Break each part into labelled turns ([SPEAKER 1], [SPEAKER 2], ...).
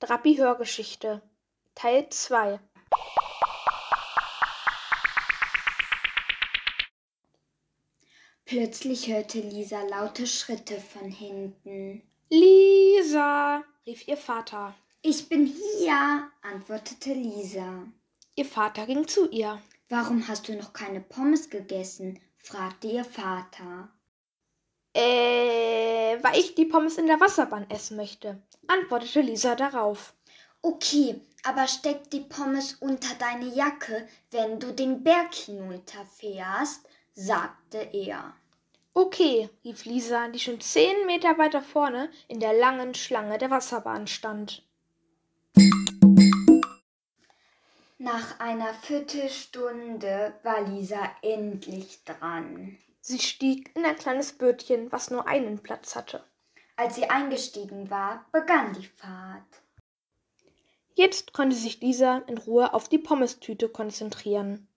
[SPEAKER 1] Drapi Hörgeschichte Teil zwei
[SPEAKER 2] Plötzlich hörte Lisa laute Schritte von hinten.
[SPEAKER 1] Lisa, rief ihr Vater.
[SPEAKER 2] Ich bin hier, antwortete Lisa.
[SPEAKER 1] Ihr Vater ging zu ihr.
[SPEAKER 2] Warum hast du noch keine Pommes gegessen? fragte ihr Vater.
[SPEAKER 1] Äh, weil ich die Pommes in der Wasserbahn essen möchte, antwortete Lisa darauf.
[SPEAKER 2] Okay, aber steck die Pommes unter deine Jacke, wenn du den Berg hinunterfährst, sagte er.
[SPEAKER 1] Okay, rief Lisa, die schon zehn Meter weiter vorne in der langen Schlange der Wasserbahn stand.
[SPEAKER 2] Nach einer Viertelstunde war Lisa endlich dran.
[SPEAKER 1] Sie stieg in ein kleines Bötchen, was nur einen Platz hatte.
[SPEAKER 2] Als sie eingestiegen war, begann die Fahrt.
[SPEAKER 1] Jetzt konnte sich Lisa in Ruhe auf die Pommestüte konzentrieren.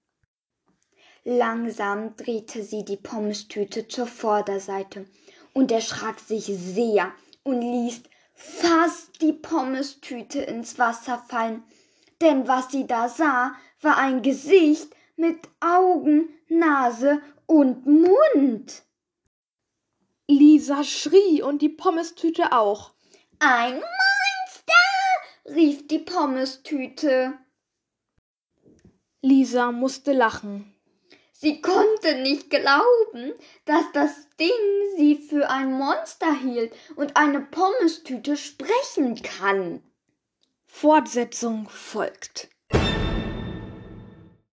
[SPEAKER 2] Langsam drehte sie die Pommestüte zur Vorderseite und erschrak sich sehr und ließ fast die Pommestüte ins Wasser fallen. Denn was sie da sah, war ein Gesicht mit Augen, Nase und Mund.
[SPEAKER 1] Lisa schrie und die Pommestüte auch.
[SPEAKER 2] Ein Monster! rief die Pommestüte.
[SPEAKER 1] Lisa musste lachen.
[SPEAKER 2] Sie konnte nicht glauben, dass das Ding sie für ein Monster hielt und eine Pommestüte sprechen kann.
[SPEAKER 1] Fortsetzung folgt.